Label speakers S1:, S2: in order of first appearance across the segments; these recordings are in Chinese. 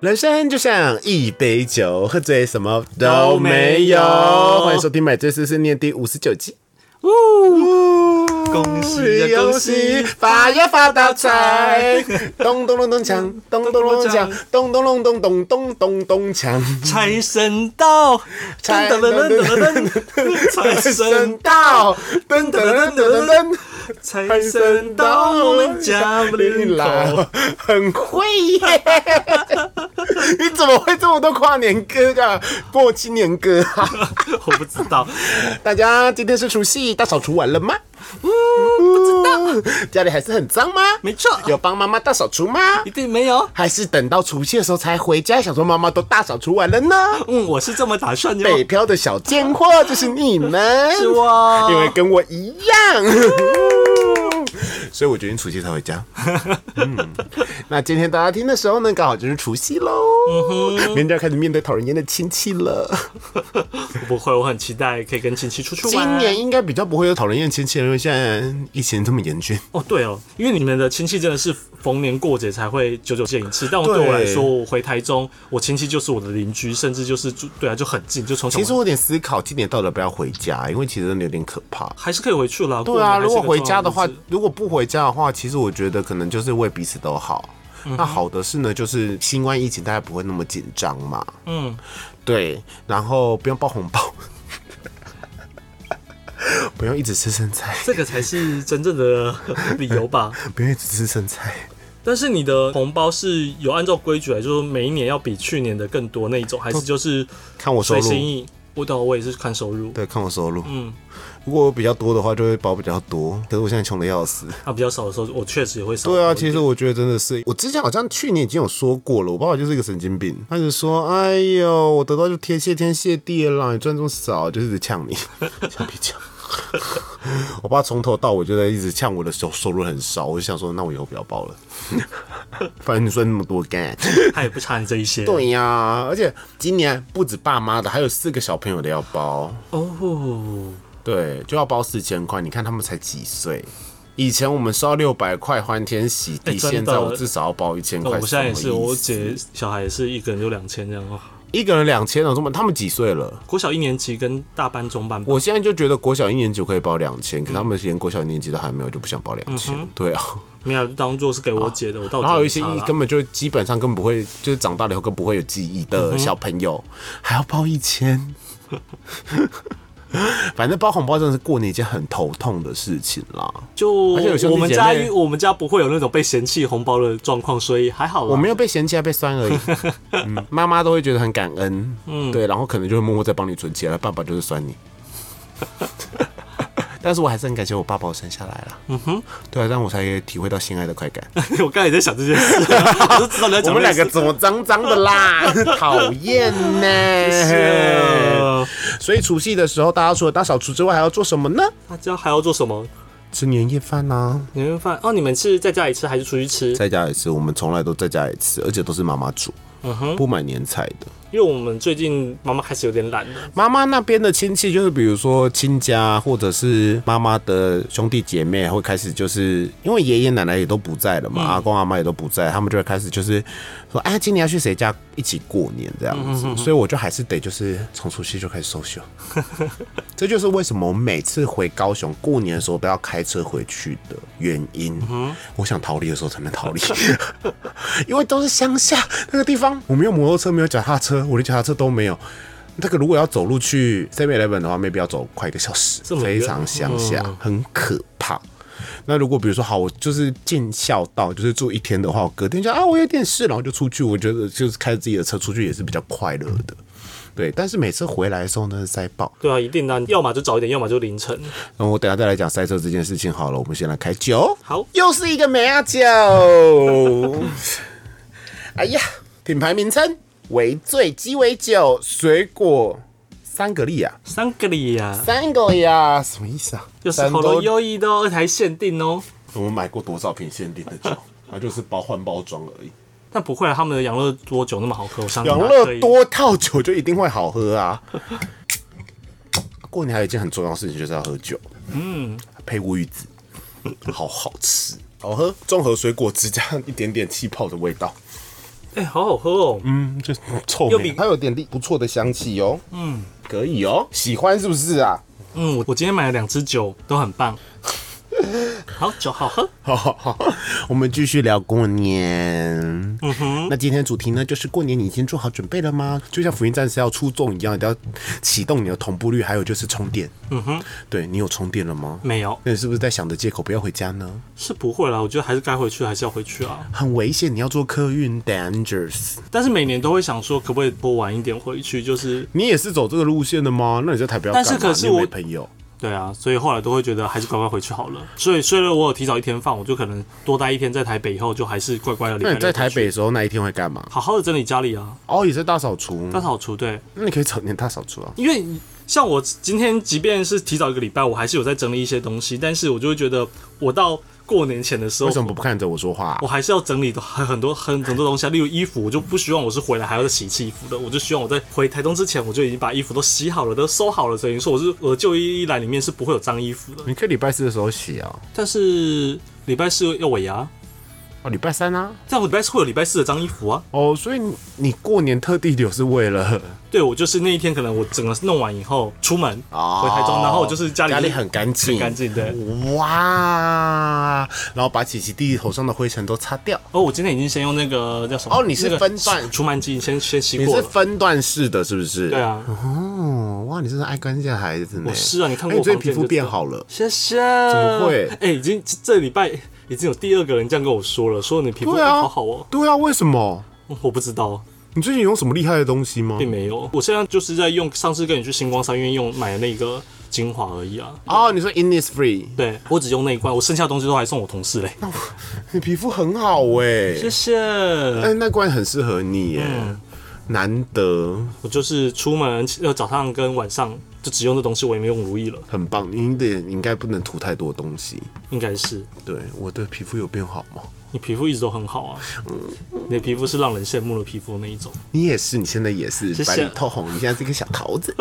S1: 人生就像一杯酒，喝醉什么都没有。欢迎收听《买醉碎碎念》第五十九集。呜！
S2: 恭喜呀恭喜
S1: 发呀发 大财！咚咚咚咚锵，咚咚咚锵，咚咚咚咚咚咚咚咚锵，
S2: 财神到，噔
S1: 财
S2: 噔噔噔噔噔，财神
S1: 到，噔噔噔噔噔，
S2: 财
S1: 哎
S2: 神到我们家门口。，
S1: 很会耶！ 你怎么会这么多跨年歌啊？过新年歌啊？
S2: 我不知道，
S1: 大家今天是除夕，大扫除完了吗？嗯，不知道。家里还是很脏吗？
S2: 没错
S1: 有帮妈妈大扫除吗？
S2: 一定没有。
S1: 还是等到除夕的时候才回家，想说妈妈都大扫除完了呢？
S2: 嗯，我是这么打算的。
S1: 北漂的小贱货就是你们，
S2: 是我
S1: 因为跟我一样。 所以我决定除夕才回家。嗯，那今天大家听的时候呢，刚好就是除夕喽。明天就要开始面对讨人厌的亲戚了。
S2: 不会，我很期待可以跟亲戚出去
S1: 今
S2: 玩。
S1: 年应该比较不会有讨人厌亲戚了，因为现在疫情这么严 峻。
S2: 哦，对哦，因为你们的亲戚真的是逢年过节才会久久见一次，但我对我来说，我回台中，我亲戚就是我的邻居，甚至就是住对啊，就很近，就从小
S1: 其实我有点思考，今年到底要不要回家，因为其实真的有点可怕。
S2: 还是可以回去啦。
S1: 对
S2: 过
S1: 啊，
S2: 年还是
S1: 如
S2: 一个
S1: 果回家的话
S2: 重要日子，
S1: 如果不回家的话，其实我觉得可能就是为彼此都好。那好的是呢，就是新冠疫情大家不会那么紧张嘛。
S2: 嗯，
S1: 对，然后不用包红 包，不用一直吃生菜，
S2: 这个才是真正的理由吧。
S1: 不用一直吃生菜。
S2: 但是你的红包是有按照规矩来，就是每一年要比去年的更多那一种，还是就是
S1: 看我收
S2: 随
S1: 入，
S2: 心意？我懂，我也是看收入，
S1: 对，看我收入。
S2: 嗯，
S1: 如果我比较多的话，就会包比较多。可是我现在穷的要死。
S2: 啊，比较少的时候，我确实也会少。
S1: 对啊，其实我觉得真的是，我之前好像去年已经有说过了，我爸爸就是一个神经病，他就说：“哎呦，我得到就天谢天谢地了啦，你赚这么少，就是一直呛 你，呛别呛。” 我爸从头到尾就在一直呛我的收收入很少，我就想说，那我以后不要报了， 反正你赚那么多 干。
S2: 他也不差你这一些。
S1: 对呀、而且今年不止爸妈的，还有四个小朋友的要包。
S2: 哦，
S1: 对，就要包四千块。你看他们才几岁？以前我们收到六百块欢天喜地，
S2: 哎真的
S1: 现在我至少要包一千
S2: 那
S1: 块。
S2: 我现在也是，
S1: 什么意
S2: 我
S1: 思
S2: 姐小孩也是一个人就两千这样哦。
S1: 一个人两千了，这么他们几岁了？
S2: 国小一年级跟大班、中班吧，
S1: 我现在就觉得国小一年级我可以包两
S2: 嗯
S1: 千，可他们连国小一年级都还没有，就不想包两千。对啊，
S2: 没有当做是给我姐的，嗯我到底
S1: 然后有一些
S2: 没差啦
S1: 根本就基本上根本不会，就是长大了以后更不会有记忆的小朋友，
S2: 嗯
S1: 还要包 一千。反正包红包真的是过年一件很头痛的事情啦。
S2: 就
S1: 而且有兄弟
S2: 我们
S1: 姐
S2: 家
S1: 妹
S2: 因为我们家不会有那种被嫌弃红包的状况，所以还好啦。
S1: 我没有被嫌弃，还被酸 而已。嗯，妈妈都会觉得很感恩，嗯，对，然后可能就会默默在帮你存钱，而爸爸就是酸 你。但是我还是很感谢我爸把我生下来了，嗯哼，对啊，让我才可以体会到性爱的快感。
S2: 我刚才也在想这件事， 我就知道你在
S1: 我
S2: 讲
S1: 们
S2: 类
S1: 两
S2: 似
S1: 个怎么脏脏的 啦？讨厌呢。
S2: 呃
S1: 所以除夕的时候，大家除了大扫除之外，还要做什么呢？
S2: 大家还要做什么？
S1: 吃年夜饭啊，
S2: 年夜饭哦，你们是在家里吃还是出去吃？
S1: 在家里吃，我们从来都在家里吃，而且都是妈妈煮，
S2: 嗯哼，
S1: 不买年菜的。
S2: 因为我们最近妈妈开始有点懒了，
S1: 妈妈那边的亲戚，就是比如说亲家，或者是妈妈的兄弟姐妹，会开始就是因为爷爷奶奶也都不在了嘛，阿公阿妈也都不在，他们就会开始就是说，哎，今年要去谁家一起过年这样子。所以我就还是得就是从除夕就开始收休，这就是为什么我每次回高雄过年的时候都要开车回去的原因。我想逃离的时候才能逃离， 因为都是乡下那个地方，我没有摩托车，没有脚踏车，我连脚踏车都没有。那个如果要走路去 Seven Eleven 的话，maybe 要走快一个小时，
S2: 这么远嗯
S1: 非常乡下，很可怕。那如果比如说好，我就是尽孝道，就是住一天的话，我隔天就啊我有点事，然后就出去。我觉得就是开着自己的车出去也是比较快乐的，对。但是每次回来的时候呢，塞爆。
S2: 对啊，一定的啊，要么就早一点，要么就凌晨。
S1: 那我等一下再来讲塞车这件事情好了。我们先来开酒，
S2: 好
S1: 又是一个梅亚酒。哎呀，品牌名称为醉鸡尾酒，水果三啊格利亚，
S2: 三个里呀，
S1: 三格利亚什么意思啊？
S2: 又是
S1: 三
S2: 喉
S1: 都
S2: 咙优异的哦，而且还限定哦。
S1: 我们买过多少瓶限定的酒？它就是包换包装而已。
S2: 但不会啊，他们的养乐多酒那么好喝，我相信
S1: 养
S2: 它可
S1: 乐
S2: 以。
S1: 多套酒就一定会好喝 啊！过年还有一件很重要的事情就是要喝酒，嗯，配乌鱼子，好好吃，好喝，综合水果汁加上一点点气泡的味道，
S2: 哎、好好喝哦。
S1: 嗯，就是臭
S2: 又
S1: 美
S2: 比
S1: 它有点不错的香气哦。嗯，可以哦，喜欢是不是啊？
S2: 嗯，我我今天买了两支酒，都很棒。 好酒好喝，
S1: 好好好， 我们继续聊过年。嗯哼，那今天的主题呢，就是过年你已经做好准备了吗？就像福音战士要出众一样，一定要启动你的同步率，还有就是充电。嗯哼，对你有充电了吗？
S2: 没有
S1: 那你是不是在想着借口不要回家呢？
S2: 是不会啦，我觉得还是该回去还是要回去啊。
S1: 很危险，你要做客运 dangerous。
S2: 但是每年都会想说，可不可以多晚一点回去？就是
S1: 你也是走这个路线的吗？那你在台北要干嘛
S2: 但是可是
S1: 你又
S2: 我
S1: 没朋友。
S2: 对啊，所以后来都会觉得还是乖乖回去好了。所以虽然我有提早一天放，我就可能多待一天在台北，以后就还是乖乖的礼拜
S1: 那
S2: 六
S1: 你在台
S2: 回去
S1: 北的时候那一天会干嘛？
S2: 好好的整理家里啊，
S1: 哦，也是大扫除。
S2: 大扫除对，
S1: 那你可以早点大扫除啊。
S2: 因为像我今天即便是提早一个礼拜，我还是有在整理一些东西，但是我就会觉得我到过年前的时候
S1: 为。什么不看着我说话啊、
S2: 我还是要整理的很很多很很多东西啊，例如衣服，我就不希望我是回来还要再洗一次衣服的，我就希望我在回台东之前，我就已经把衣服都洗好了，都收好了。等于说我是我的旧衣篮里面是不会有脏衣服的。
S1: 你可以礼拜四的时候洗啊，
S2: 但是礼拜四要尾牙，
S1: 哦，礼拜三啊，
S2: 这样礼拜四会有礼拜四的脏衣服啊。
S1: 哦，所以你你过年特地留是为了
S2: 对我就是那一天，可能我整个弄完以后出门回台中，然后我就是家里
S1: 哦家里很干净，
S2: 很干净对。
S1: 哇，然后把琪琪弟头上的灰尘都擦掉。
S2: 哦，我今天已经先用那个叫什么？
S1: 哦你是
S2: 那个
S1: 分段
S2: 除除螨机先先吸
S1: 你
S2: 过
S1: 是
S2: 了。
S1: 分段式的，是不是？
S2: 对。啊，
S1: 哦，哇，你真是爱干净的孩子呢。
S2: 我是啊你看过
S1: 哎你最
S2: 我房
S1: 近皮
S2: 间
S1: 肤
S2: 就
S1: 变
S2: 知道
S1: 好了。
S2: 谢谢。
S1: 怎么会
S2: 哎、已经这这礼拜已经有第二个人这样跟我说了，说你皮肤
S1: 对啊，
S2: 好好哦、嗯
S1: 对啊，为什么？
S2: 我不知道，
S1: 你最近有用什么厉害的东西吗？
S2: 并没有。我现在就是在用上次跟你去星光三院用买的那个精华而已啊。
S1: 哦，你说 Innisfree，
S2: 对我只用那一罐，我剩下的东西都还送我同事嘞。
S1: 你皮肤很好哎、
S2: 谢呃谢。
S1: 哎、那罐很适合你耶、难得，
S2: 我就是出门呃早上跟晚上就只用这东西，我也没用如意了，
S1: 很棒。你得你应该不能涂太多东西。
S2: 应该是。
S1: 对，我的皮肤有变好吗？
S2: 你皮肤一直都很好啊，你的皮肤是让人羡慕的皮肤那一种。
S1: 你也是，你现在也是
S2: 谢谢
S1: 白里透红，你现在是一个小桃 子。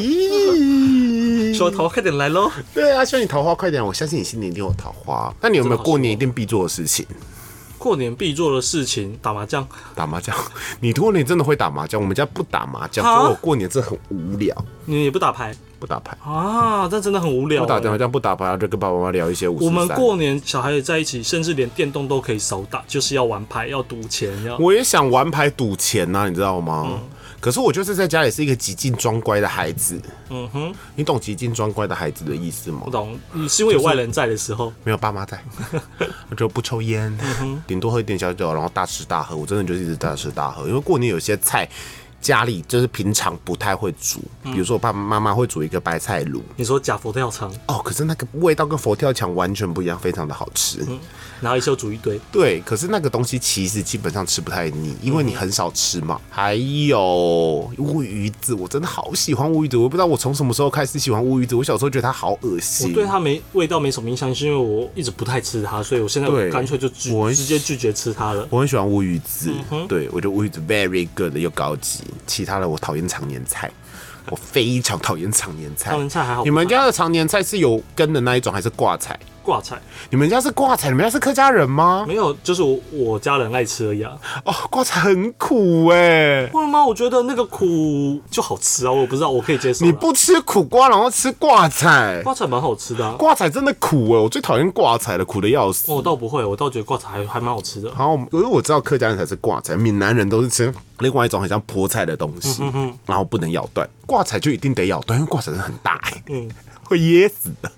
S1: 咦，
S2: 说头快点来喽！
S1: 对啊，希望你桃花快点。我相信你新年一定有桃花。那你有没有过年一定必做的事情？
S2: 过年必做的事情，打麻将。
S1: 打麻将。你过年真的会打麻将？我们家不打麻将，
S2: 啊
S1: 所以我过年真的很无聊，
S2: 你也不打牌
S1: 不打牌，
S2: 啊？但真的很无聊、
S1: 不打
S2: 欸
S1: 麻将，不打牌，就跟爸爸妈妈聊一些五
S2: 我们
S1: 十三。
S2: 过年小孩也在一起，甚至连电动都可以少打，就是要玩牌，要赌钱，要
S1: 我也想玩牌赌钱啊呐、你知道吗？可是我就是在家里是一个极尽装乖的孩子，
S2: 嗯哼，
S1: 你懂极尽装乖的孩子的意思吗
S2: 不？懂。你是因为有外人在的时候，
S1: 没有爸妈在，我就不抽烟，顶多喝一点小酒，然后大吃大喝。我真的就是一直大吃大喝，因为过年有些菜家里就是平常不太会煮，比如说我爸爸妈妈会煮一个白菜卤，
S2: 你说假佛跳墙，
S1: 哦，可是那个味道跟佛跳墙完全不一样，非常的好吃。
S2: 然后一下煮一堆，
S1: 对，可是那个东西其实基本上吃不太腻，因为你很少吃嘛。还有乌鱼子，我真的好喜欢乌鱼子，我不知道我从什么时候开始喜欢乌鱼子。我小时候觉得它好恶
S2: 我
S1: 心，
S2: 哦对它没味道没什么印象，是因为我一直不太吃它，所以我现在
S1: 对
S2: 干脆就拒
S1: 我
S2: 直接拒绝吃它了。
S1: 我很喜欢乌鱼子，
S2: 嗯
S1: 对我觉得乌鱼子 very good 又高级。其他的我讨厌常年 菜，我非常讨厌常年菜。
S2: 常年菜还好
S1: 你们家的常年菜是有根的那一种，还是挂菜？
S2: 挂菜
S1: 你们家是挂菜？你们家是客家人吗？
S2: 没有，就是我我家人爱吃而已啊。
S1: 哦，挂菜很苦哎、
S2: 为什么？我觉得那个苦就好吃啊，我不知道，我可以接受啦。
S1: 你不吃苦瓜，然后吃挂菜，
S2: 挂菜蛮好吃的、啊，
S1: 挂菜真的苦哎、我最讨厌挂菜了，苦的要死。
S2: 我倒不会，我倒觉得挂菜还还蛮好吃的。
S1: 然后，因为我知道客家人才是挂菜，闽南人都是吃另外一种很像菠菜的东西，
S2: 嗯
S1: 然后不能咬断。挂菜就一定得咬断，因为挂菜真的很大、欸，
S2: 嗯
S1: 会噎死的。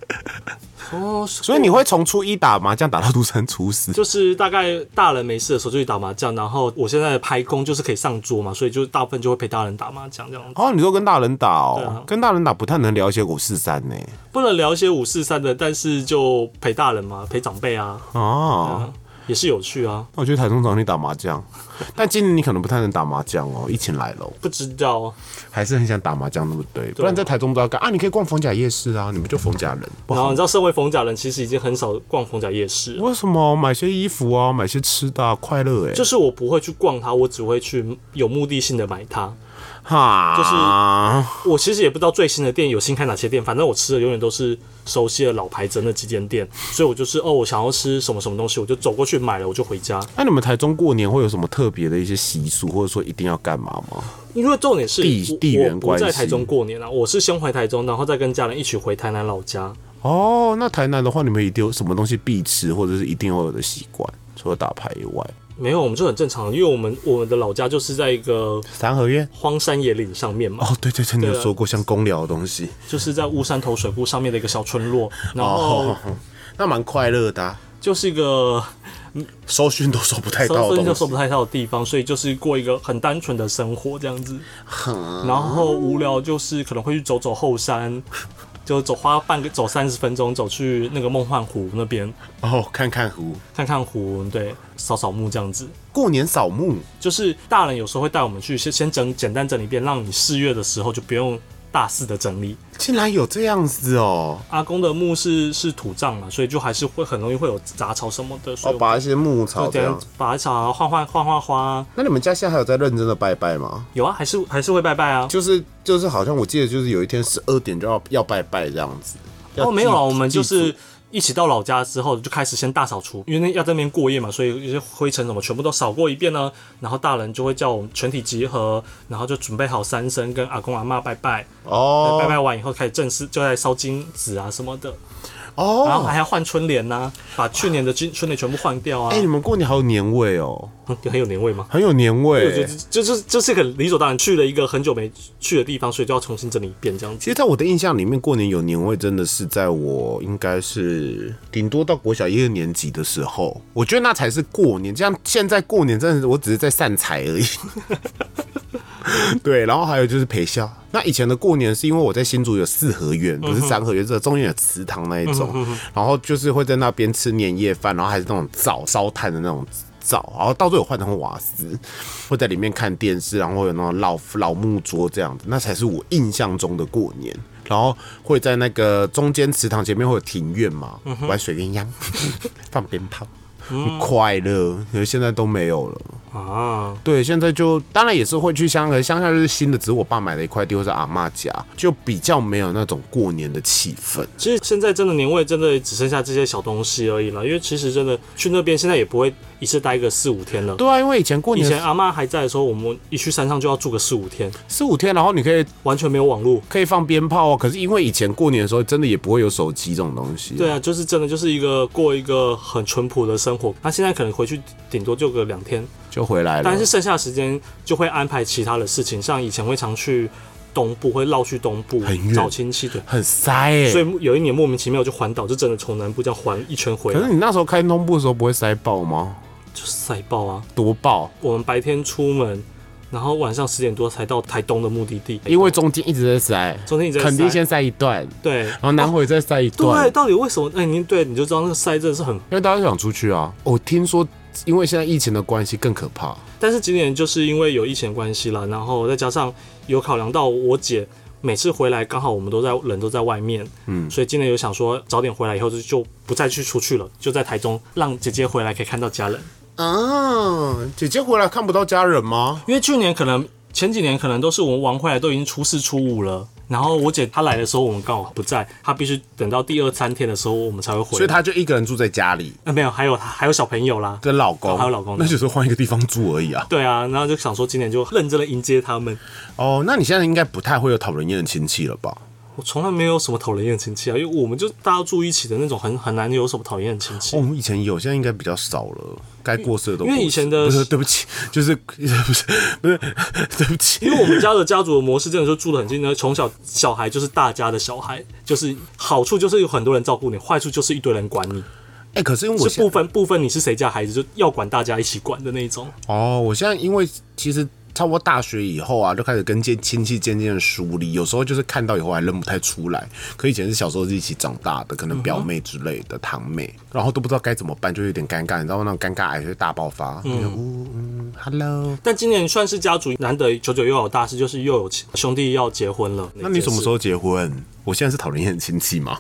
S2: 哦，
S1: 所以你会从初一打麻将打到初三初四，
S2: 就是大概大人没事的时候就去打麻将，然后我现在的拍工就是可以上桌嘛，所以就大部分就会陪大人打麻将这样子。
S1: 哦，你说跟大人打哦，
S2: 对啊
S1: 跟大人打不太能聊一些五四三呢。
S2: 不能聊一些五四三的，但是就陪大人嘛，陪长辈啊，
S1: 哦，
S2: 也是有趣啊。
S1: 那我去台中找你打麻将，但今年你可能不太能打麻将哦，疫情来了。
S2: 不知道
S1: 还是很想打麻将，对不对？不然在台中不知道干啊！你可以逛逢甲夜市啊，你们就逢甲人。
S2: 然后你知道，身为逢甲人，其实已经很少逛逢甲夜市了。
S1: 为什么买些衣服啊，买些吃的、啊，快乐哎、
S2: 就是我不会去逛它，我只会去有目的性的买它。
S1: 哈，
S2: 我其实也不知道最新的店有新开哪些店，反正我吃的永远都是熟悉的老牌子那几间店，所以我就是哦，我想要吃什么什么东西，我就走过去买了，我就回家。
S1: 那你们台中过年会有什么特别的一些习俗，或者说一定要干嘛吗？
S2: 因为重点是
S1: 地
S2: 我
S1: 地缘
S2: 我不
S1: 关系
S2: 在台中过年啊，我是先回台中，然后再跟家人一起回台南老家。
S1: 哦，那台南的话，你们一定有什么东西必吃，或者是一定会有的习惯？除了打牌以外，
S2: 没有，我们就很正常，因为我们我们的老家就是在一个
S1: 三合院。
S2: 荒山野岭上面嘛，
S1: 哦，对对对，你有
S2: 对啊
S1: 说过像公聊的东西，
S2: 就是在乌山头水库上面的一个小村落，然后
S1: 那蛮快乐的、啊，
S2: 就是一个
S1: 搜寻都搜不太
S2: 搜
S1: 到
S2: 搜
S1: 的
S2: 就
S1: 东
S2: 搜不
S1: 西。
S2: 太到的地方，所以就是过一个很单纯的生活这样子。然后无聊就是可能会去走走后山，就走花半个走三十分钟走去那个梦幻湖那边
S1: 哦，看看湖，
S2: 看看湖，对，扫扫墓这样子。
S1: 过年扫墓，
S2: 就是大人有时候会带我们去先先整简单整理一遍，让你四月的时候就不用大肆的整理。
S1: 竟然有这样子哦！
S2: 阿公的墓是是土葬嘛，所以就还是会很容易会有杂草什么的，所以
S1: 哦，
S2: 我
S1: 拔一些牧草
S2: 就
S1: 这
S2: 这
S1: 样
S2: 样。把草啊换换换换花啊，
S1: 那你们家现在还有在认真的拜拜吗？
S2: 有啊，还是还是会拜拜啊。
S1: 就是就是，好像我记得就是有一天十二点就要要拜拜这样子。要
S2: 哦，没有啊，
S1: 祭
S2: 我们就
S1: 祭
S2: 是
S1: 祖
S2: 一起到老家之后就开始先大扫除，因为那要在那边过夜嘛，所以一些灰尘什么全部都扫过一遍呢。然后大人就会叫我们全体集合，然后就准备好三声跟阿公阿妈拜拜，
S1: 哦
S2: 拜拜完以后开始正式就在烧金纸啊什么的，然后
S1: 哦，
S2: 还要换春联呐、啊把去年的金春联全部换掉啊
S1: 哎、，你们过年好有年味哦，
S2: 很 很有年味吗？
S1: 很有年
S2: 我觉
S1: 味
S2: 得。这就是就是很理所当然去了一个很久没去的地方，所以就要重新整理一遍这样
S1: 其
S2: 子。
S1: 实，在我的印象里面，过年有年味真的是在我应该是顶多到国小一二年级的时候，我觉得那才是过年。这样现在过年真的是我只是在散财而已。对，然后还有就是陪笑。那以前的过年是因为我在新竹有四合院，不是三合院，这中间有祠堂那一种，然后就是会在那边吃年夜饭，然后还是那种灶烧炭的那种。灶，然后到最后换成瓦斯，会在里面看电视，然后会有那种老老木桌这样子，那才是我印象中的过年。然后会在那个中间祠堂前面会有庭院嘛，玩水鸳鸯，放鞭炮，很快乐。可是现在都没有了。
S2: 啊，
S1: 对，现在就当然也是会去乡下，乡下就是新的，只是我爸买了一块地或是阿嬷家，就比较没有那种过年的气氛。
S2: 其实现在真的年味真的只剩下这些小东西而已了，因为其实真的去那边现在也不会一次待个四五天了。
S1: 对啊，因为以前过
S2: 以前
S1: 年
S2: 阿妈还在的时候，我们一去山上就要住个四五天，
S1: 四五天，然后你可以
S2: 完全没有网络。
S1: 可以放鞭炮哦。可是因为以前过年的时候，真的也不会有手机这种东西。
S2: 对啊，就是真的就是一个过一个很淳朴的生活。那现在可能回去顶多就个两天，
S1: 就回来了。
S2: 但是剩下的时间就会安排其他的事情，像以前会常去东部，会绕去东部
S1: 很远
S2: 找亲戚，对，
S1: 很塞哎、
S2: 所以有一年莫名其妙就环岛，就真的从南部这样环一圈回
S1: 可是
S2: 来，
S1: 你那时候开通部的时候不会塞爆吗？
S2: 就塞爆啊！
S1: 多爆，
S2: 我们白天出门，然后晚上十点多才到台东的目的地，
S1: 因为中间一直在塞，
S2: 中间一直在塞
S1: 肯定先塞一段，
S2: 对
S1: 然后南回再塞一段。
S2: 对，到底为什么？哎、您对你就知道那个塞真的是很，
S1: 因为大家想出去啊。我听说，因为现在疫情的关系更可怕。
S2: 但是今年就是因为有疫情的关系啦，然后再加上有考量到我姐。每次回来刚好我们都在人都在外面，嗯，所以今年有想说早点回来以后就就不再去出去了，就在台中让姐姐回来可以看到家人。
S1: 啊，姐姐回来看不到家人吗？
S2: 因为去年可能前几年可能都是我们玩回来都已经初四初五了，然后我姐她来的时候我们刚好不在，她必须等到第二三天的时候我们才会回来。
S1: 所以她就一个人住在家里，
S2: 呃没有，还有还有小朋友啦。
S1: 跟哦老公，
S2: 还有老公
S1: 那就是换一个地方住而已啊。
S2: 对啊，然后就想说今年就认真的迎接他们。
S1: 哦，那你现在应该不太会有讨人厌的亲戚了吧？
S2: 我从来没有什么讨人厌的亲戚啊，因为我们就大家住一起的那种很，很难有什么讨厌的亲戚。
S1: 哦，我们以前有，现在应该比较少了。该过世的都
S2: 因为
S1: 过世
S2: 以前的
S1: 不是，对不起，就是 不是不是对不起，
S2: 因为我们家的家族的模式真的就住得很近呢，从小小孩就是大家的小孩，就是好处就是有很多人照顾你，坏处就是一堆人管你，
S1: 哎、可是因为我
S2: 是
S1: 现
S2: 不分不分你是谁家孩子，就要管大家一起管的那一种。
S1: 哦，我现在因为其实差不多大学以后啊，就开始跟亲亲戚渐渐的疏离，有时候就是看到以后还认不太出来。可以前是小时候是一起长大的，可能
S2: 嗯
S1: 表妹之类的、堂妹，然后都不知道该怎么办，就有点尴尬，你知道那种尴尬癌就会大爆发。嗯呜嗯，Hello，
S2: 但今年算是家族难得九九又有大事，就是又有兄弟要结婚了。
S1: 那你什么时候结婚？我现在是讨人厌的亲戚吗？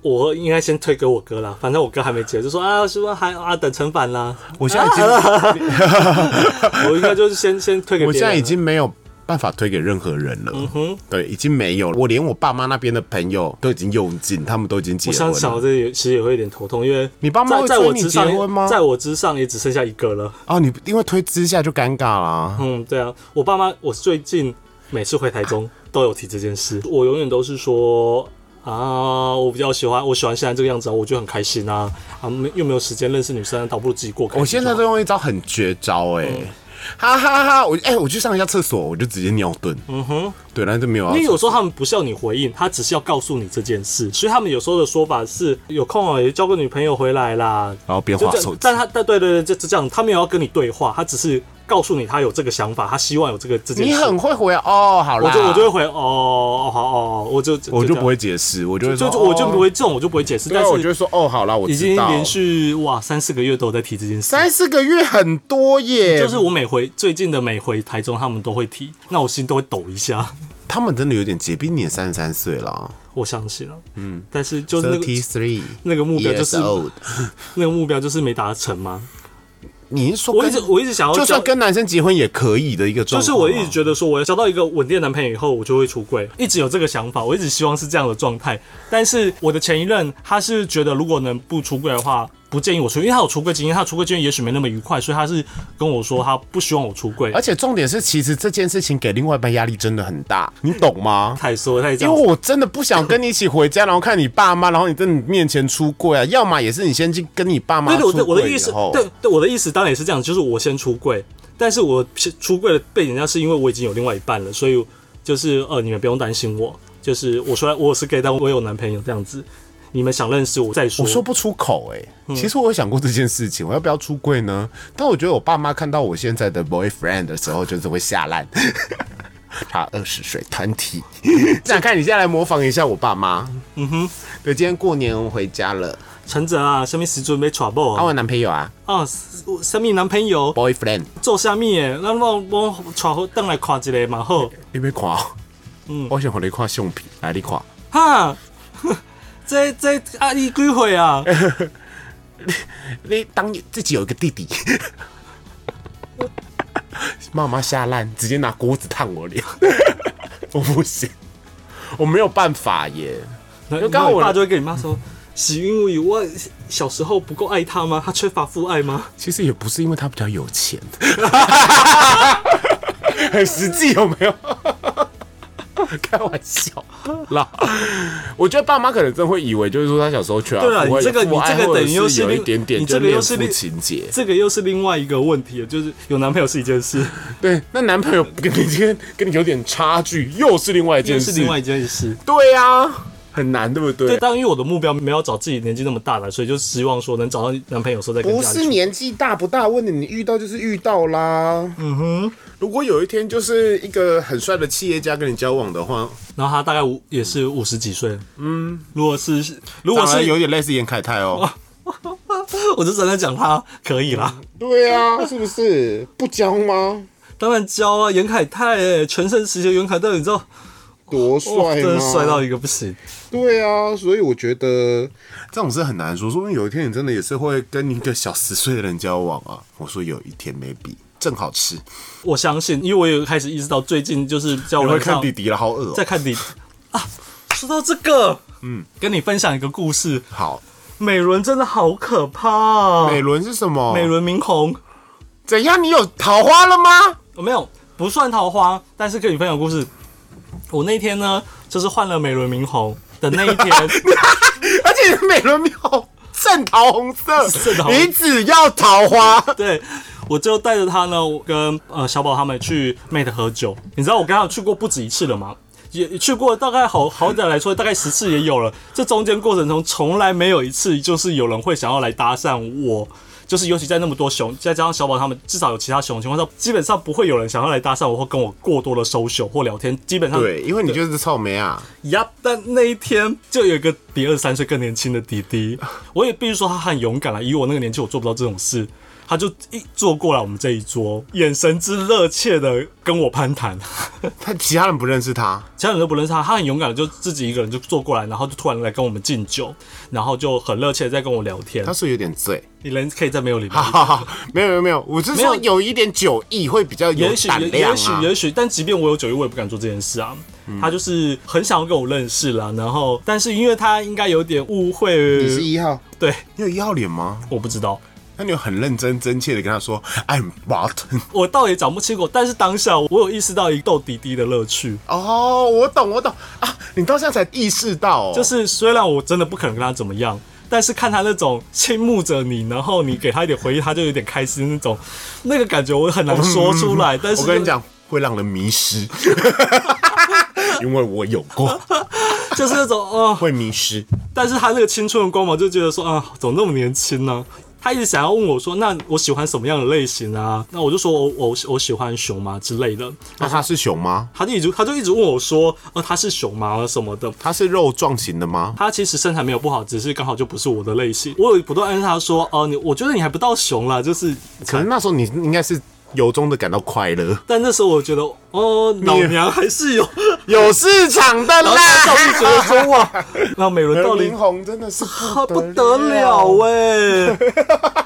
S2: 我应该先推给我哥啦，反正我哥还没结，就说啊，是不是还啊等成反啦？
S1: 我现在已经，
S2: 我应该就是先先推给别人。
S1: 我现在已经没有办法推给任何人
S2: 嗯
S1: 了。对，已经没有了。我连我爸妈那边的朋友都已经用尽，他们都已经结
S2: 我
S1: 婚
S2: 想想，
S1: 了。
S2: 这也其实也会有点头痛，因为
S1: 你爸妈
S2: 在在
S1: 会催
S2: 我
S1: 你
S2: 之
S1: 结婚吗
S2: 上，在我之上也只剩下一个了。
S1: 哦，你因为推之下就尴尬啦。
S2: 嗯，对啊，我爸妈，我最近每次回台中都有提这件事，我永远都是说啊，我比较喜欢，我喜欢现在这个样子啊，我就很开心啊，啊，没又没有时间认识女生，倒不如自己过开心就好。
S1: 我现在都用一招很绝招哎、
S2: 嗯
S1: 哈哈哈！我哎、我去上一下厕所，我就直接尿遁。嗯哼，对，然后就没有要。
S2: 因为有时候他们不是要你回应，他只是要告诉你这件事，所以他们有时候的说法是有空啊，也交个女朋友回来啦，
S1: 然后边
S2: 就
S1: 划
S2: 这
S1: 手
S2: 样。
S1: 机
S2: 但，他但对对对，就就这样，他没有要跟你对话，他只是告诉你他有这个想法，他希望有这个这件
S1: 你
S2: 事。
S1: 很会回啊哦，好
S2: 我
S1: 啦，
S2: 就我就会回哦哦好哦，我就
S1: 我
S2: 这
S1: 就
S2: 样
S1: 不会解释，我就会
S2: 就
S1: 说，
S2: 就我就不
S1: 哦。
S2: 会这种，我就不会解释。
S1: 对
S2: 但
S1: 啊，我就是会说哦，好啦，我
S2: 已经
S1: 知道
S2: 连续哇三四个月都有在提这件事，
S1: 三四个月很多耶，
S2: 就是我每回最近的每回台中他们都会提，那我心都会抖一下。
S1: 他们真的有点洁癖，你也三十三岁了
S2: 我相信了，嗯，但是就是那个
S1: ，thirty three。
S2: 那个目标就是
S1: years old
S2: 那个目标就是没达成吗？
S1: 你是说
S2: 我一
S1: 跟
S2: 直我一直想要
S1: 就
S2: 交
S1: 算，跟男生结婚也可以的一个
S2: 就
S1: 状况
S2: 是
S1: 吗，
S2: 我一直觉得说我要交到一个稳定的男朋友以后，我就会出柜，一直有这个想法，我一直希望是这样的状态。但是我的前一任他是觉得如果能不出柜的话，不建议我出，因为他有出柜经验，他的出柜经验也许没那么愉快，所以他是跟我说他不希望我出柜
S1: 而。且重点是，其实这件事情给另外一半压力真的很大，你懂吗？
S2: 太说太这
S1: 因
S2: 样，
S1: 为我真的不想跟你一起回家，然后看你爸妈，然后你在你面前出柜啊，要么也是你先去跟你爸妈
S2: 对对，
S1: 出
S2: 我的
S1: 柜以后，
S2: 我的意思，对对，我的意思当然也是这样，就是我先出柜，但是我先出柜的被人家是因为我已经有另外一半了，所以就是呃，你们不用担心我，就是我虽然我是 gay，但我有男朋友这样子，你们想认识我再说。
S1: 我说不出口哎、
S2: 嗯
S1: 其实我有想过这件事情，我要不要出柜呢？但我觉得我爸妈看到我现在的 boyfriend 的时候，就是会吓烂。 差二十岁，团体。 想看你现在来模仿一下我爸妈。嗯哼，对，今天过年我回家了，
S2: 陈哲啊，下面时准备 trouble
S1: 啊，
S2: 啊
S1: 我男朋友啊
S2: 啊，下面男朋友
S1: ，boyfriend，
S2: 做下面诶，那我我 trouble 等来看一个嘛好，
S1: 你别看哦，嗯，我想和你看相片，来你看，
S2: 哈， 这这阿姨几岁啊？
S1: 哎你当自己有一个弟弟，妈妈吓烂，直接拿锅子烫我脸，我不行，我没有办法耶。
S2: 就
S1: 刚
S2: 刚
S1: 好
S2: 我
S1: 我
S2: 爸就会跟你妈说，是因为我小时候不够爱他吗？他缺乏父爱吗？
S1: 其实也不是因为他比较有钱，很实际有没有？开玩笑啦，我觉得爸妈可能真会以为，就是说他小时候缺乏
S2: 对啦啊
S1: 父爱
S2: 你这个
S1: 父爱
S2: 你这个
S1: 或者
S2: 等于又
S1: 是
S2: 是
S1: 有一
S2: 另
S1: 点点
S2: 你
S1: 就
S2: 这个
S1: 恋
S2: 又是
S1: 父
S2: 另
S1: 情节，
S2: 这个又是另外一个问题了，就是有男朋友是一件 事，
S1: 对，那男朋友跟你跟跟你有点差距，又是另外一
S2: 这
S1: 件
S2: 是
S1: 事，
S2: 另外一件事。
S1: 对呀、很难，对不对？
S2: 对，但因为我的目标没有找自己年纪那么大了，所以就希望说能找到男朋友的时候再跟
S1: 不
S2: 家
S1: 是
S2: 人去
S1: 年纪大不大问题，你遇到就是遇到啦。嗯哼，如果有一天就是一个很帅的企业家跟你交往的话，
S2: 然后他大概五也是五十几岁，嗯，如果是如果
S1: 当然
S2: 是
S1: 有点类似严凯泰哦。
S2: 我就只能讲他可以啦。
S1: 对啊，是不是不交吗？
S2: 当然教啊，袁凯泰、欸，全盛时期的袁凯泰，你知道，
S1: 多
S2: 哇，
S1: 帅
S2: 真的
S1: 吗？
S2: 帅到一个不行。
S1: 对啊，所以我觉得这种事很难说，说不定有一天你真的也是会跟一个小十岁的人交往啊。我说有一天 maybe 正好吃，
S2: 我相信，因为我也开始意识到，最近就是在
S1: 我
S2: 我
S1: 会
S2: 们
S1: 看
S2: 上
S1: 弟弟了，好恶、
S2: 在
S1: 哦。
S2: 看你啊。说到这个，嗯，跟你分享一个故事，
S1: 好，
S2: 美伦真的好可怕、啊。
S1: 美伦是什么？
S2: 美伦明红，哦
S1: 怎样？你有桃花了吗？
S2: 没有不算桃花，但是跟你分享故事。我那天呢，就是换了美轮明红的那一天，
S1: 而且美轮明红正桃红色，
S2: 正桃红
S1: 你只要桃花，
S2: 对我就带着他呢，我跟呃小宝他们去 Mate 喝酒。你知道我跟他去过不止一次了吗？也去过大概好好歹来说，大概十次也有了。这中间过程中，从来没有一次就是有人会想要来搭讪我，就是尤其在那么多熊，再加上小宝他们至少有其他熊的情况下，基本上不会有人想要来搭讪我或跟我过多的 social 或聊天，基本上
S1: 对，因为你就是草莓啊，
S2: 呀，但那一天就有一个比二十三岁更年轻的弟 弟，我也必须说他很勇敢了。以我那个年纪，我做不到这种事。他就一坐过来我们这一桌，眼神之热切的跟我攀 谈，
S1: 他其他人不认识他，
S2: 其他人都不认识他，他很勇敢的就自己一个人就坐过来，然后就突然来跟我们敬酒，然后就很热切的在跟我聊天
S1: 他。是啊有点 醉。
S2: 你人可以在没有礼貌
S1: 哈。哈哈，没有没有没有，我是
S2: 没有
S1: 说有一点酒意会比较有
S2: 也许
S1: 胆
S2: 也
S1: 量
S2: 也许
S1: 啊。嗯
S2: 也许，但即便我有酒意，我也不敢做这件事啊。他就是很想要跟我认识啦，然后但是因为他应该有点误会，
S1: 一号，
S2: 对，
S1: 你有一号脸吗？
S2: 我不知道，
S1: 那你有很认真真切的跟他说 I'm rotten。
S2: 我倒也讲不清楚，但是当下我有意识到一斗滴滴的乐趣，
S1: 哦，我懂我懂啊，你到现在才意识到、哦，
S2: 就是虽然我真的不可能跟他怎么样，但是看他那种倾慕着你，然后你给他一点回应，他就有点开心那种，那个感觉我很难说出来。但是
S1: 嗯我跟你，讲，会让人迷失， 因为我有过
S2: 就是那种哦，
S1: 会迷失。
S2: 但是他那个青春的光芒就觉得说啊，怎么那么年轻呢、他一直想要问我说，那我喜欢什么样的类型啊？那我就说我我我喜欢熊嘛之类的。
S1: 那他是熊吗？
S2: 他就一直他就一直问我说，呃，他是熊吗什么的。
S1: 他是肉状型的吗？
S2: 他其实身材没有不好，只是刚好就不是我的类型。我有不断跟他说，哦、你我觉得你还不到熊啦，就是。
S1: 可 能那时候你应该是由衷的感到快乐，
S2: 但那时候我觉得，哦，老娘还是 有，
S1: 有市场的
S2: 然后
S1: 啦。
S2: 到处觉得说哇， 那美伦道
S1: 何
S2: 理
S1: 明红真的是
S2: 啊，不
S1: 不
S2: 得了哎、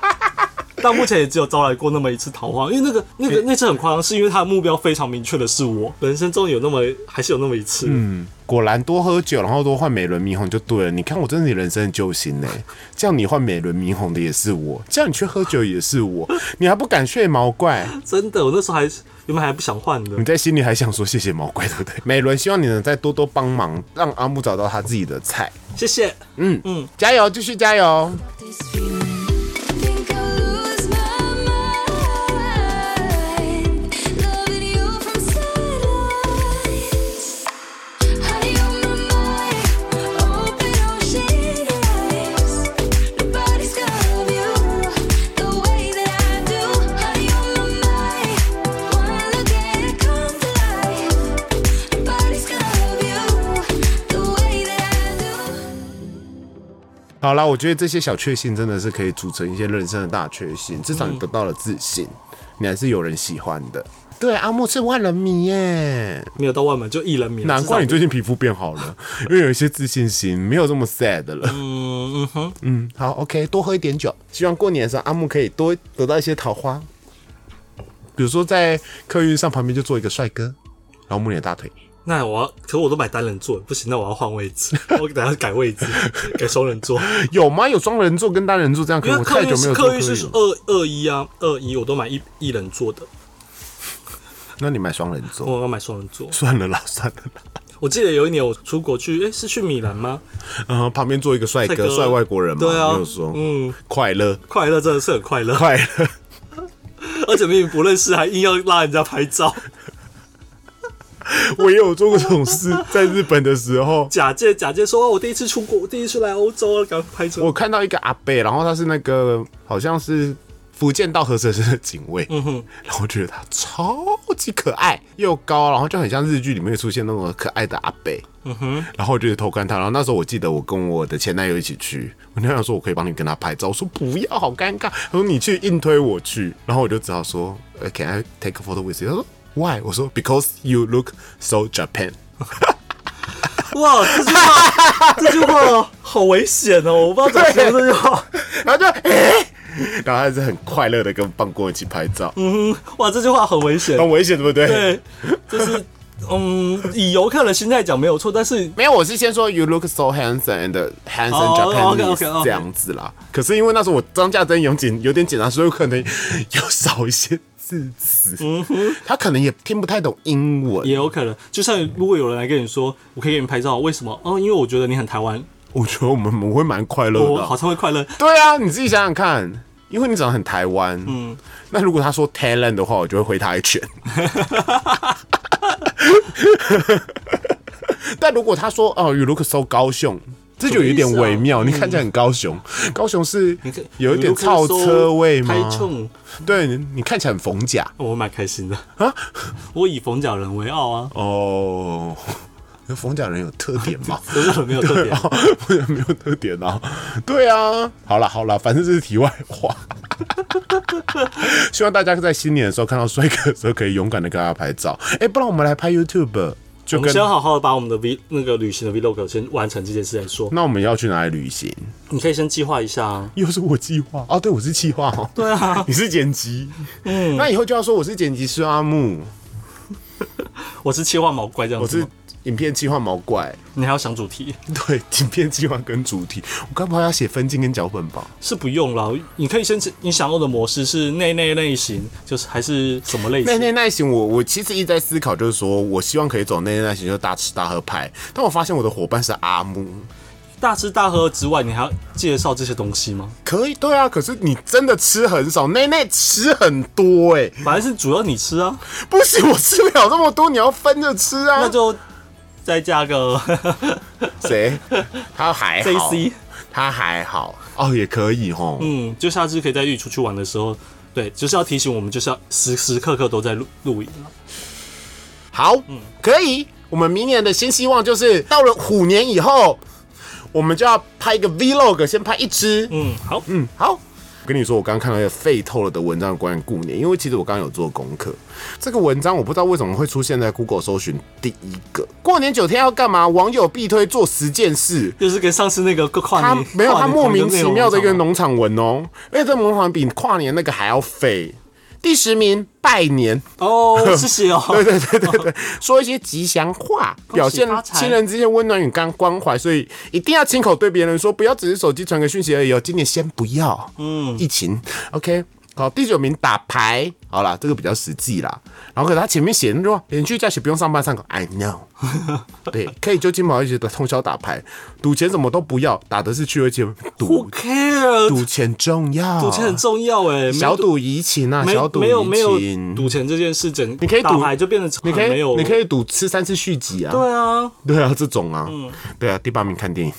S2: 但目前也只有招来过那么一次桃花，因为那个、那个、那次很夸张，是因为他的目标非常明确的是我，人生中有那么还是有那么一次，
S1: 嗯，果然多喝酒，然后多换美轮明红就对了。你看，我真的是你人生的救星呢、叫你换美轮明红的也是我，叫你去喝酒也是我，你还不敢睡毛怪？
S2: 真的，我那时候还原本还不想换的
S1: 你，在心里还想说谢谢毛怪，对不对？美轮，希望你能再多多帮忙，让阿木找到他自己的菜。
S2: 谢谢。
S1: 加油，继续加油！
S3: this feeling. Think I'll lose my mind. Loving you from silence. High on the mind, open ocean eyes. Nobody's gonna love you the way that I do. High on the mind, one look and it comes to life. Nobody's gonna love you the way that I do.
S1: 好啦，我觉得这些小确幸真的是可以组成一些人生的大确幸，至少你得到了自信，你还是有人喜欢的。对，啊阿木是万人迷耶。
S2: 没有到外门就一人免，
S1: 难怪你
S2: 至少
S1: 最近皮肤变好了，因为有一些自信心，没有这么 sad 了。
S2: 嗯嗯哼，
S1: 嗯，好，OK，多喝一点酒，希望过年的时候阿木可以多得到一些桃花，比如说在客运上旁边就坐一个帅哥，然后摸你的大腿，
S2: 那我要，可是我都买单人座，不行，那我要换位 置，我等下改位 置，改双人座，
S1: 有吗？有双人座跟单人座这样？可
S2: 因
S1: 能
S2: 为
S1: 我
S2: 客
S1: 太
S2: 运
S1: 久没
S2: 是
S1: 有坐
S2: 客
S1: 客
S2: 运
S1: 运
S2: 是
S1: 了。
S2: 二二一啊，二一我都买一一人座的，
S1: 那你买双人座？
S2: 我要买双人座。
S1: 算了啦，算了啦。
S2: 我记得有一年我出国去，诶，是去米兰吗？
S1: 然后旁边坐一个帅
S2: 帅
S1: 哥，
S2: 哥
S1: 帅外国人嘛，
S2: 对啊
S1: 没有说，
S2: 嗯，
S1: 快乐，
S2: 快乐真的是很快乐，
S1: 快乐。
S2: 而且明明不认识，还硬要拉人家拍 照，
S1: 我也有做过这种事，在日本的时候，
S2: 假借假借说、哦我第一次出国，我第一次来欧洲啊，赶快拍照
S1: 我。看到一个阿伯，然后他是那个好像是福建道和蛇神的警卫，嗯哼，然后我觉得他超级可爱又高，然后就很像日剧里面会出现那种可爱的阿伯，嗯哼，然后我就偷看他，然后那时候我记得我跟我的前男友一起去，我那时候说我可以帮你跟他拍照，我说不要，好尴尬，他说你去硬推我去，然后我就只好说呃 Can I take a photo with you？他说 Why？我说 Because you look so Japan。
S2: 哇，这句话 这句话好危险哦，我不知道怎么说这句话。
S1: 然后就诶， 然后还是很快乐的跟棒棍一起拍照，
S2: 嗯，哇，这句话很危险。
S1: 很危险，对不对？
S2: 对，就是嗯，以游客的心态讲没有错，但是
S1: 没有，我是先说 you look so handsome and handsome
S2: 哦
S1: Japanese、
S2: OK，OK，OK
S1: 这样子啦。可是因为那时候我张家真有紧有点紧张，所以我可能有少一些字词，他可能也听不太懂英
S2: 嗯
S1: 文
S2: 也。有可能，就像如果有人来跟你说，我可以给你拍照，为什么？哦，因为我觉得你很台 湾，
S1: 我觉得我们我会蛮快乐
S2: 我好
S1: 的。
S2: 像会快乐。
S1: 对啊，你自己想想看，因为你长得很台湾，嗯，那如果他说 Thailand 的话，我就会回他一拳。但如果他说哦，you look so 高雄，这就有点微妙。你看起来很高雄，高雄是
S2: 你看
S1: 有一点超车位吗？
S2: 开冲，
S1: 对你看起来很逢甲
S2: 哦我蛮开心的啊！我以逢甲人为傲啊，
S1: 哦。 那逢甲人有特点吗？
S2: 逢甲 人没有特点。
S1: 不然啊没有特点啊。对啊，好了好了，反正这是题外话。 希望大家在新年的时候看到帅哥的时候，可以勇敢的跟他拍照。哎、不然我们来拍 YouTube，就
S2: 我们
S1: 跟
S2: 先好好的把我们的 V 那个旅行的 Vlog 先完成这件事再说。
S1: 那我们要去哪里旅行？
S2: 你可以先计划一下啊。
S1: 又是我计划哦，对，我是计划哦。
S2: 对啊，
S1: 你是剪辑，嗯，那以后就要说我是剪辑师阿木，
S2: 我是切换毛怪这样
S1: 我
S2: 子
S1: 是
S2: 吗。
S1: 影片计划毛怪，
S2: 你还要想主题
S1: 对，影片计划跟主题，我该不会要写分镜跟脚本吧？
S2: 是不用了，你可以先你想要的模式是内内类型，就是还是什么类型？
S1: 内内耐型我，我其实一直在思考，就是说我希望可以走内内耐型，就是大吃大喝派。但我发现我的伙伴是阿木，
S2: 大吃大喝之外，你还要介绍这些东西 吗？
S1: 可以对啊，可是你真的吃很少，内内吃很多哎、
S2: 反正是主要你吃啊，
S1: 不行，我吃不了这么多，你要分着吃
S2: 那
S1: 啊。
S2: 就再加 个
S1: 谁？他还好
S2: JC，
S1: 他还好哦，也可以吼。
S2: 嗯，就下次可以在一起出去玩的时候，对，就是要提醒我们，就是要时时刻刻都在录录影啊。
S1: 好，
S2: 嗯
S1: 可以。我们明年的新希望就是到了虎年以后，我们就要拍一个 vlog，先拍一支，
S2: 嗯，好，
S1: 嗯，好。我跟你说，我刚刚看到一个废透了的文章关于顾年，因为其实我刚刚有做功课。这个文章我不知道为什么会出现在 Google 搜寻第一个。过年九天要干嘛？网友必推做十件事。
S2: 就是跟上次那个跨
S1: 他
S2: 年，
S1: 没有，
S2: 跨
S1: 他
S2: 年
S1: 莫
S2: 同
S1: 名
S2: 内
S1: 其
S2: 容
S1: 妙的一个
S2: 上嘛
S1: 农场文哦，而且这农场比跨年那个还要废。第十名拜年，
S2: 哦，谢谢哦，
S1: 对对对对对，说一些吉祥话，表现
S2: 发财
S1: 亲人之间温暖与关关怀，所以一定要亲口对别人说，不要只是手机传个讯息而已哦。今年先不要，嗯，疫情，OK。好，第九名打牌，好啦，这个比较实际啦。然后可是他前面写的说，连续假期不用上班上课，I know，对，可以就近跑一起的通宵打牌，赌钱什么都不要，打的是趣味钱，赌
S2: Who care？
S1: 赌钱重要，
S2: 赌钱很重要哎，
S1: 小赌怡情啊，
S2: 没
S1: 小赌
S2: 没有没有
S1: 怡情
S2: 赌钱这件事，整你
S1: 可以赌
S2: 打牌就变得
S1: 你可以
S2: 没有，
S1: 你可以赌吃三次续集啊，
S2: 对啊，
S1: 对啊，这种啊，对啊，第八名看电影，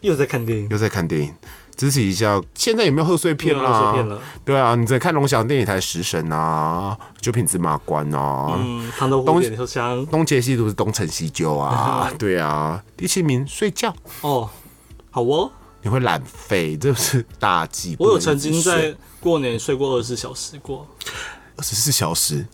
S2: 又在看电影，
S1: 又在看电影，支持一下。现在有没有贺岁片
S2: 没有贺
S1: 啦、
S2: 岁片了
S1: 对啊，你在看龙翔电影台《食神》啊，《九品芝麻官》啊，
S2: 嗯，糖豆
S1: 东
S2: 蝴蝶车厢
S1: 东邪西毒》是东成西就 啊，对啊。第七名睡觉，
S2: 哦，好哦，
S1: 你会懒废，这是大忌。
S2: 我有曾经在过年睡过二十四小时过，
S1: 二十四小时，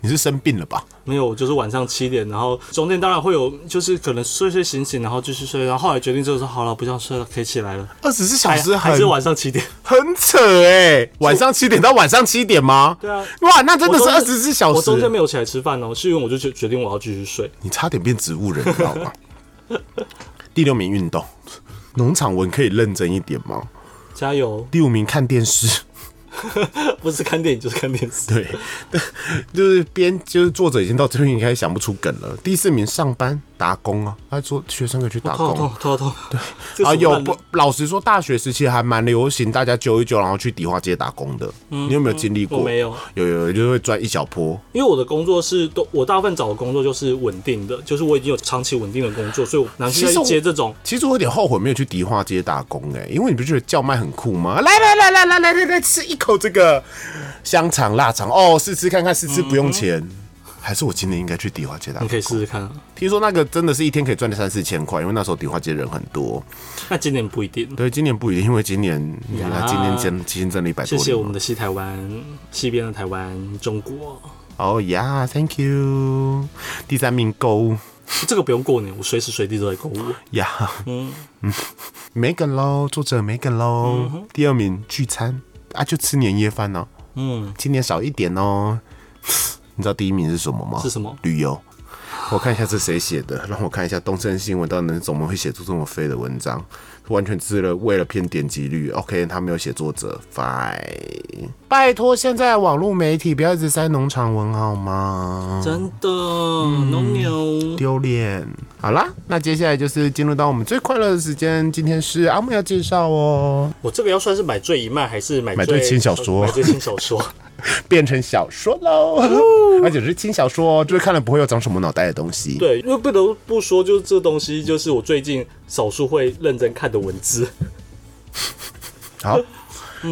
S1: 你是生病了吧？
S2: 没有，就是晚上七点，然后中间当然会有，就是可能睡睡醒醒，然后继续睡，然后后来决定就是说好了，不想睡了，可以起来了，
S1: 二十四小
S2: 还
S1: 时
S2: 还
S1: 很
S2: 是晚上七点，
S1: 很扯哎、晚上七点到晚上七点吗？
S2: 对啊
S1: 哇， 那真的是
S2: 我中
S1: 二
S2: 间
S1: 十四小时。
S2: 我中间没有起来吃饭哦，是因为我就决决定我要继续睡，
S1: 你差点变植物人，你知道吗？ 第六名运动，农场文可以认真一点吗？
S2: 加油，
S1: 第五名看电视，
S2: 不是看电影就是看电视，
S1: 对， 就是编就是作者已经到这边应该想不出梗了。第四名上班打工啊，他说学生可以去打
S2: 头好
S1: 工
S2: 痛，头好痛，对，哦这
S1: 啊，
S2: 什么
S1: 有
S2: 烂
S1: 不？老实说，大学时期还蛮流行大家揪一揪，然后去迪化街打工的。你有没有经历
S2: 嗯
S1: 过？
S2: 我没有
S1: 有有有，就是会赚一小波。
S2: 因为我的工作是都，我大部分找的工作就是稳定的，就是我已经有长期稳定的工作，所以我难去
S1: 其实
S2: 再
S1: 我
S2: 接这种。
S1: 其实我有点后悔没有去迪化街打工哎、因为你不觉得叫卖很酷吗？来来来来来来来来，吃一口这个香肠腊肠哦，试吃看看，试吃不用钱。还是我今年应该去迪化街打
S2: 你
S1: 工
S2: 可以试试看啊，
S1: 听说那个真的是一天可以赚三四千块，因为那时候迪化街人很多。
S2: 那今年不一定。
S1: 对，今年不一定，因为今年你看
S2: 呀
S1: 今年今今年挣了一百多
S2: 谢
S1: 里嘛。
S2: 谢我们的西台湾，西边的台湾，中国，
S1: 哦呀、t h a n k you。第三名购物
S2: 这个不用过年，我随时随地都在购物。
S1: 呀，嗯， 没梗喽，作者没梗喽。第二名聚餐啊，就吃年夜饭呢、
S2: 嗯，
S1: 今年少一点哦。 你知道第一名是什么吗？
S2: 是什么
S1: 旅游。我看一下是谁写的，让我看一下东森新闻到底怎么会写出这么废的文章，完全是了为了骗点击率。OK，他没有写作者，fine。拜托，现在网络媒体不要一直塞农场文好吗？
S2: 真的，农牛，
S1: 丢脸。好啦，那接下来就是进入到我们最快乐的时间，今天是阿木要介绍哦。
S2: 我这个要算是买醉一脉还是买
S1: 买醉轻小说
S2: 买醉轻小说，
S1: 变成小说喽，而且是轻小说哦，就是看了不会有长什么脑袋的东西。
S2: 对，因为不得不说，就是这东西就是我最近少数会认真看的文字。
S1: 好，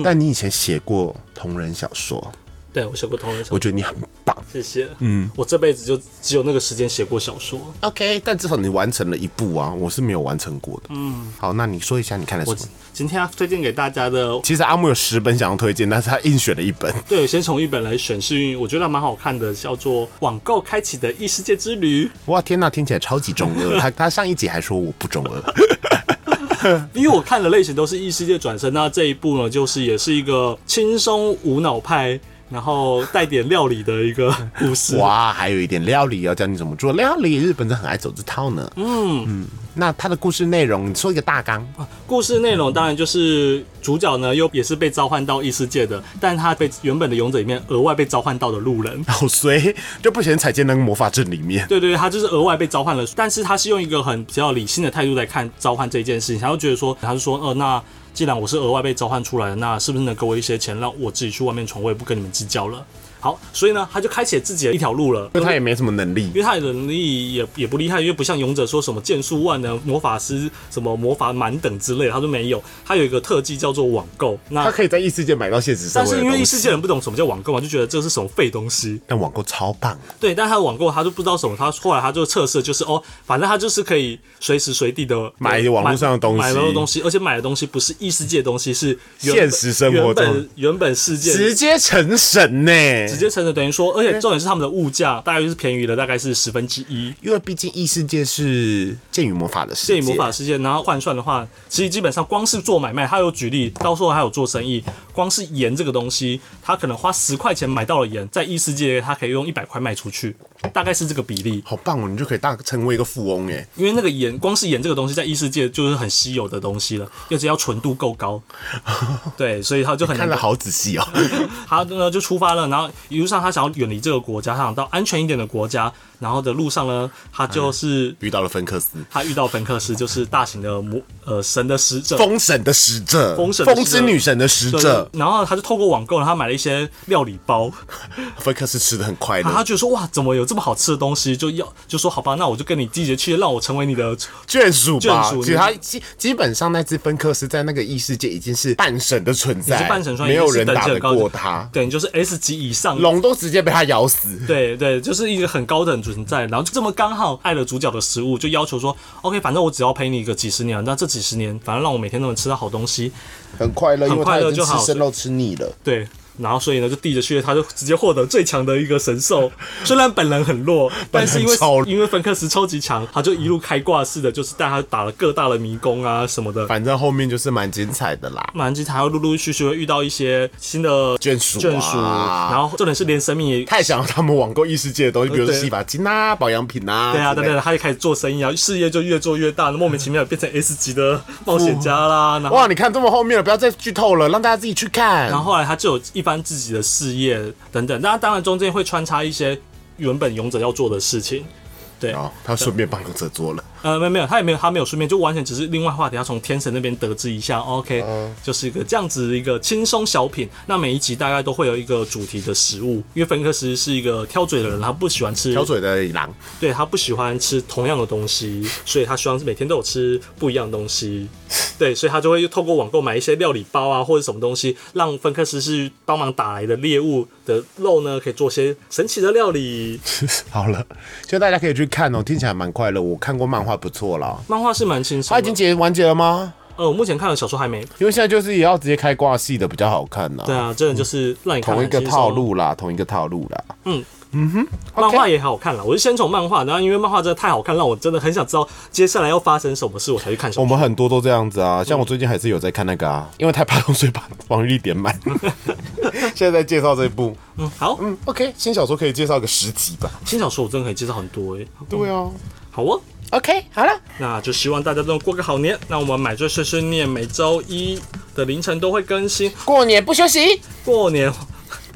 S1: 但你以前写过同人小说，
S2: 对我写过同人小
S1: 我
S2: 说，
S1: 觉得你很棒。
S2: 谢谢。嗯，我这辈子就只有那个时间写过小说。
S1: OK，但至少你完成了一步啊，我是没有完成过的。嗯，好，那你说一下你看了什
S2: 我
S1: 么？
S2: 今天要啊推荐给大家的，
S1: 其实阿木有十本想要推荐，但是他硬选了一本。
S2: 对，先从一本来选，是因为我觉得蛮好看的，叫做《网购开启的异世界之旅》。
S1: 哇，天呐，听起来超级中二。他他上一集还说我不中二，
S2: 因为我看的类型都是异世界转身，那这一部呢，就是也是一个轻松无脑派，然后带点料理的一个故事。
S1: 哇，还有一点料理要教你怎么做料理，日本人很爱走这套呢。嗯嗯，那他的故事内容，你说一个大纲。
S2: 故事内容当然就是主角呢，又也是被召唤到异世界的，但他被原本的勇者里面额外被召唤到的路人。
S1: 好衰，就不小心踩进那个魔法阵里 面。
S2: 对对，对他就是额外被召唤了，但是他是用一个很比较理性的态度来看召唤这件事情，他就觉得说，他就说，呃，那既然我是额外被召唤出来的，那是不是能给我一些钱，让我自己去外面闯，我也不跟你们计较了。好，所以呢，他就开启了自己的一条路了。
S1: 因为他也没什么能
S2: 因
S1: 力，
S2: 为他的能力也也不厉害，因为不像勇者说什么剑术万能、魔法师什么魔法满等之类的，他都没有。他有一个特技叫做网购，
S1: 他
S2: 那
S1: 可以在异世界买到现实社
S2: 但
S1: 会
S2: 是
S1: 的
S2: 因为异
S1: 东西。
S2: 世界人不懂什么叫网购嘛，就觉得这是什么废东西。
S1: 但网购超棒，
S2: 对，但他的网购他就不知道什么，他后来他就测试就是哦，反正他就是可以随时随地的
S1: 买网络上的东西
S2: 买网络东西，而且买的东西不是异世界的东西，是原
S1: 现实生活中
S2: 原本原本世界
S1: 直接成神呢、
S2: 直接乘着等于说，而且重点是他们的物价大概是便宜了大概是十分之一。
S1: 因为毕竟异世界是剑与魔法的世界，
S2: 电影魔法世界，然后换算的话，其实基本上光是做买卖，他有举例，到时候还有做生意，光是盐这个东西，他可能花十块钱买到了盐，在异世界他可以用一百块卖出去，大概是这个比例。
S1: 好棒哦，你就可以大成为一个富翁哎、
S2: 因为那个盐，光是盐这个东西在异世界就是很稀有的东西了，而且要纯度够 高，对，所以他就很
S1: 看
S2: 难
S1: 得。好 仔细哦。
S2: 他呢就出发了，然后一路上他想要远离这个国家，他想到安全一点的国家，然后的路上呢，他就是。
S1: 遇到了芬克斯，
S2: 他遇到芬克斯，就是大型的魔呃神的使者，
S1: 封神的使者，
S2: 封神的使者
S1: 风之女神的使
S2: 对
S1: 者，
S2: 然后他就透过网购，然后他买了一些料理包，
S1: 芬克斯吃的很快
S2: 然后他
S1: 乐，
S2: 觉得说哇，怎么有这么好吃的东西？就要就说好吧，那我就跟你缔结契约，让我成为你的。
S1: 眷属吧。
S2: 眷属
S1: 其实他基基本上那只芬克斯在那个异世界已经是半神的存
S2: 你
S1: 在，
S2: 是半神双
S1: 没
S2: 眼
S1: 有
S2: 是
S1: 人
S2: 等级
S1: 打得
S2: 很高
S1: 过
S2: 的
S1: 他，
S2: 对，你就是 S 级以上。
S1: 龙都直接被他咬死。
S2: 对对，就是一个很高等存在，然后就这么刚好爱了主角的食物，就要求说，OK，反正我只要陪你个几十年，那这几十年反正让我每天都能吃到好东西，
S1: 很快乐，因为
S2: 很快
S1: 他
S2: 乐
S1: 已经
S2: 就好
S1: 吃生肉吃腻了。
S2: 对，然后所以呢，就递着去，他就直接获得最强的一个神兽。虽然本人很弱，但是因为
S1: 本人超弱
S2: 因为芬克斯超级强，他就一路开挂式的，就是带他打了各大的迷宫啊什么的。
S1: 反正后面就是蛮精彩的啦，
S2: 满级还会陆陆续续会遇到一些新的
S1: 眷属啊
S2: 眷属，然后重点是连神明也。
S1: 太想要他们网购异世界的东西，比如说
S2: 对
S1: 洗发精啊、保养品啊，
S2: 对啊，
S1: 之
S2: 对
S1: 类的
S2: 对，他就开始做生意啊，事业就越做越大，莫名其妙变成 S 级的冒险家啦。然后
S1: 哇，你看这么后面了，不要再剧透了，让大家自己去看。
S2: 啊然后后来他就有一番自己的事业等等，那当然中间会穿插一些原本勇者要做的事情。对，
S1: 哦，他顺便帮勇者做了，
S2: 呃，没有没有，他也没有他没有顺便，就完全只是另外话题。他从天神那边得知一下，OK，、就是一个这样子一个轻松小品。那每一集大概都会有一个主题的食物，因为芬克斯是一个挑嘴的人，他不喜欢吃
S1: 挑嘴的狼，
S2: 对他不喜欢吃同样的东西，所以他希望每天都有吃不一样的东 西。对，所以他就会透过网购买一些料理包啊，或者什么东西，让芬克斯是帮忙打来的猎物的肉呢，可以做些神奇的料理。
S1: 好了，所以大家可以去看哦，听起来蛮快乐。我看过漫画，不错啦。
S2: 漫画是蛮轻松
S1: 它
S2: 的，
S1: 已经结完结了吗？
S2: 呃，我目前看了小说还没。
S1: 因为现在就是也要直接开挂戏的比较好看啦。
S2: 对啊，真的就是让你看
S1: 同一
S2: 得
S1: 个
S2: 很轻松
S1: 套，路啦，同一个套路啦。
S2: 漫画也好看了。我是先从漫画，然后因为漫画真的太好看，让我真的很想知道接下来要发生什么事，我才去看小
S1: 我
S2: 说。
S1: 们很多都这样子
S2: 嗯
S1: 啊，像我最近还是有在看那个啊，因为太怕用所以把网易点满。 现在在介绍这一部，
S2: 嗯，好，
S1: 嗯，OK，新小说可以介绍个十集吧？
S2: 新小说我真的可以介绍很多诶、
S1: 对啊
S2: 好哦。
S1: ，OK，好了，
S2: 那就希望大家都能过个好年。那我们买醉碎碎念每周一的凌晨都会更新，
S1: 过年不休息，
S2: 过年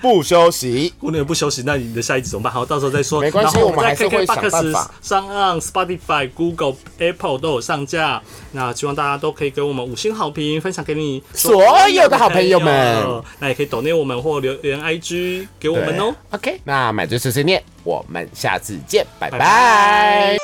S1: 不休息。
S2: 过年不休息，那你的下一集怎么办？好，到时候再说。
S1: 没关系
S2: 然后
S1: 我们还
S2: 在
S1: 是会想办
S2: KKBOX
S1: 法、
S2: 上岸、Spotify、Google、Apple 都有上架。那希望大家都可以给我们五星好评，分享给你
S1: 所有的好朋友
S2: 所
S1: 们
S2: 有的好朋友。那也可以抖内我们或留言 IG 给我们哦。
S1: OK，那买醉碎碎念，我们下次见，拜
S2: 拜
S1: 拜
S2: 拜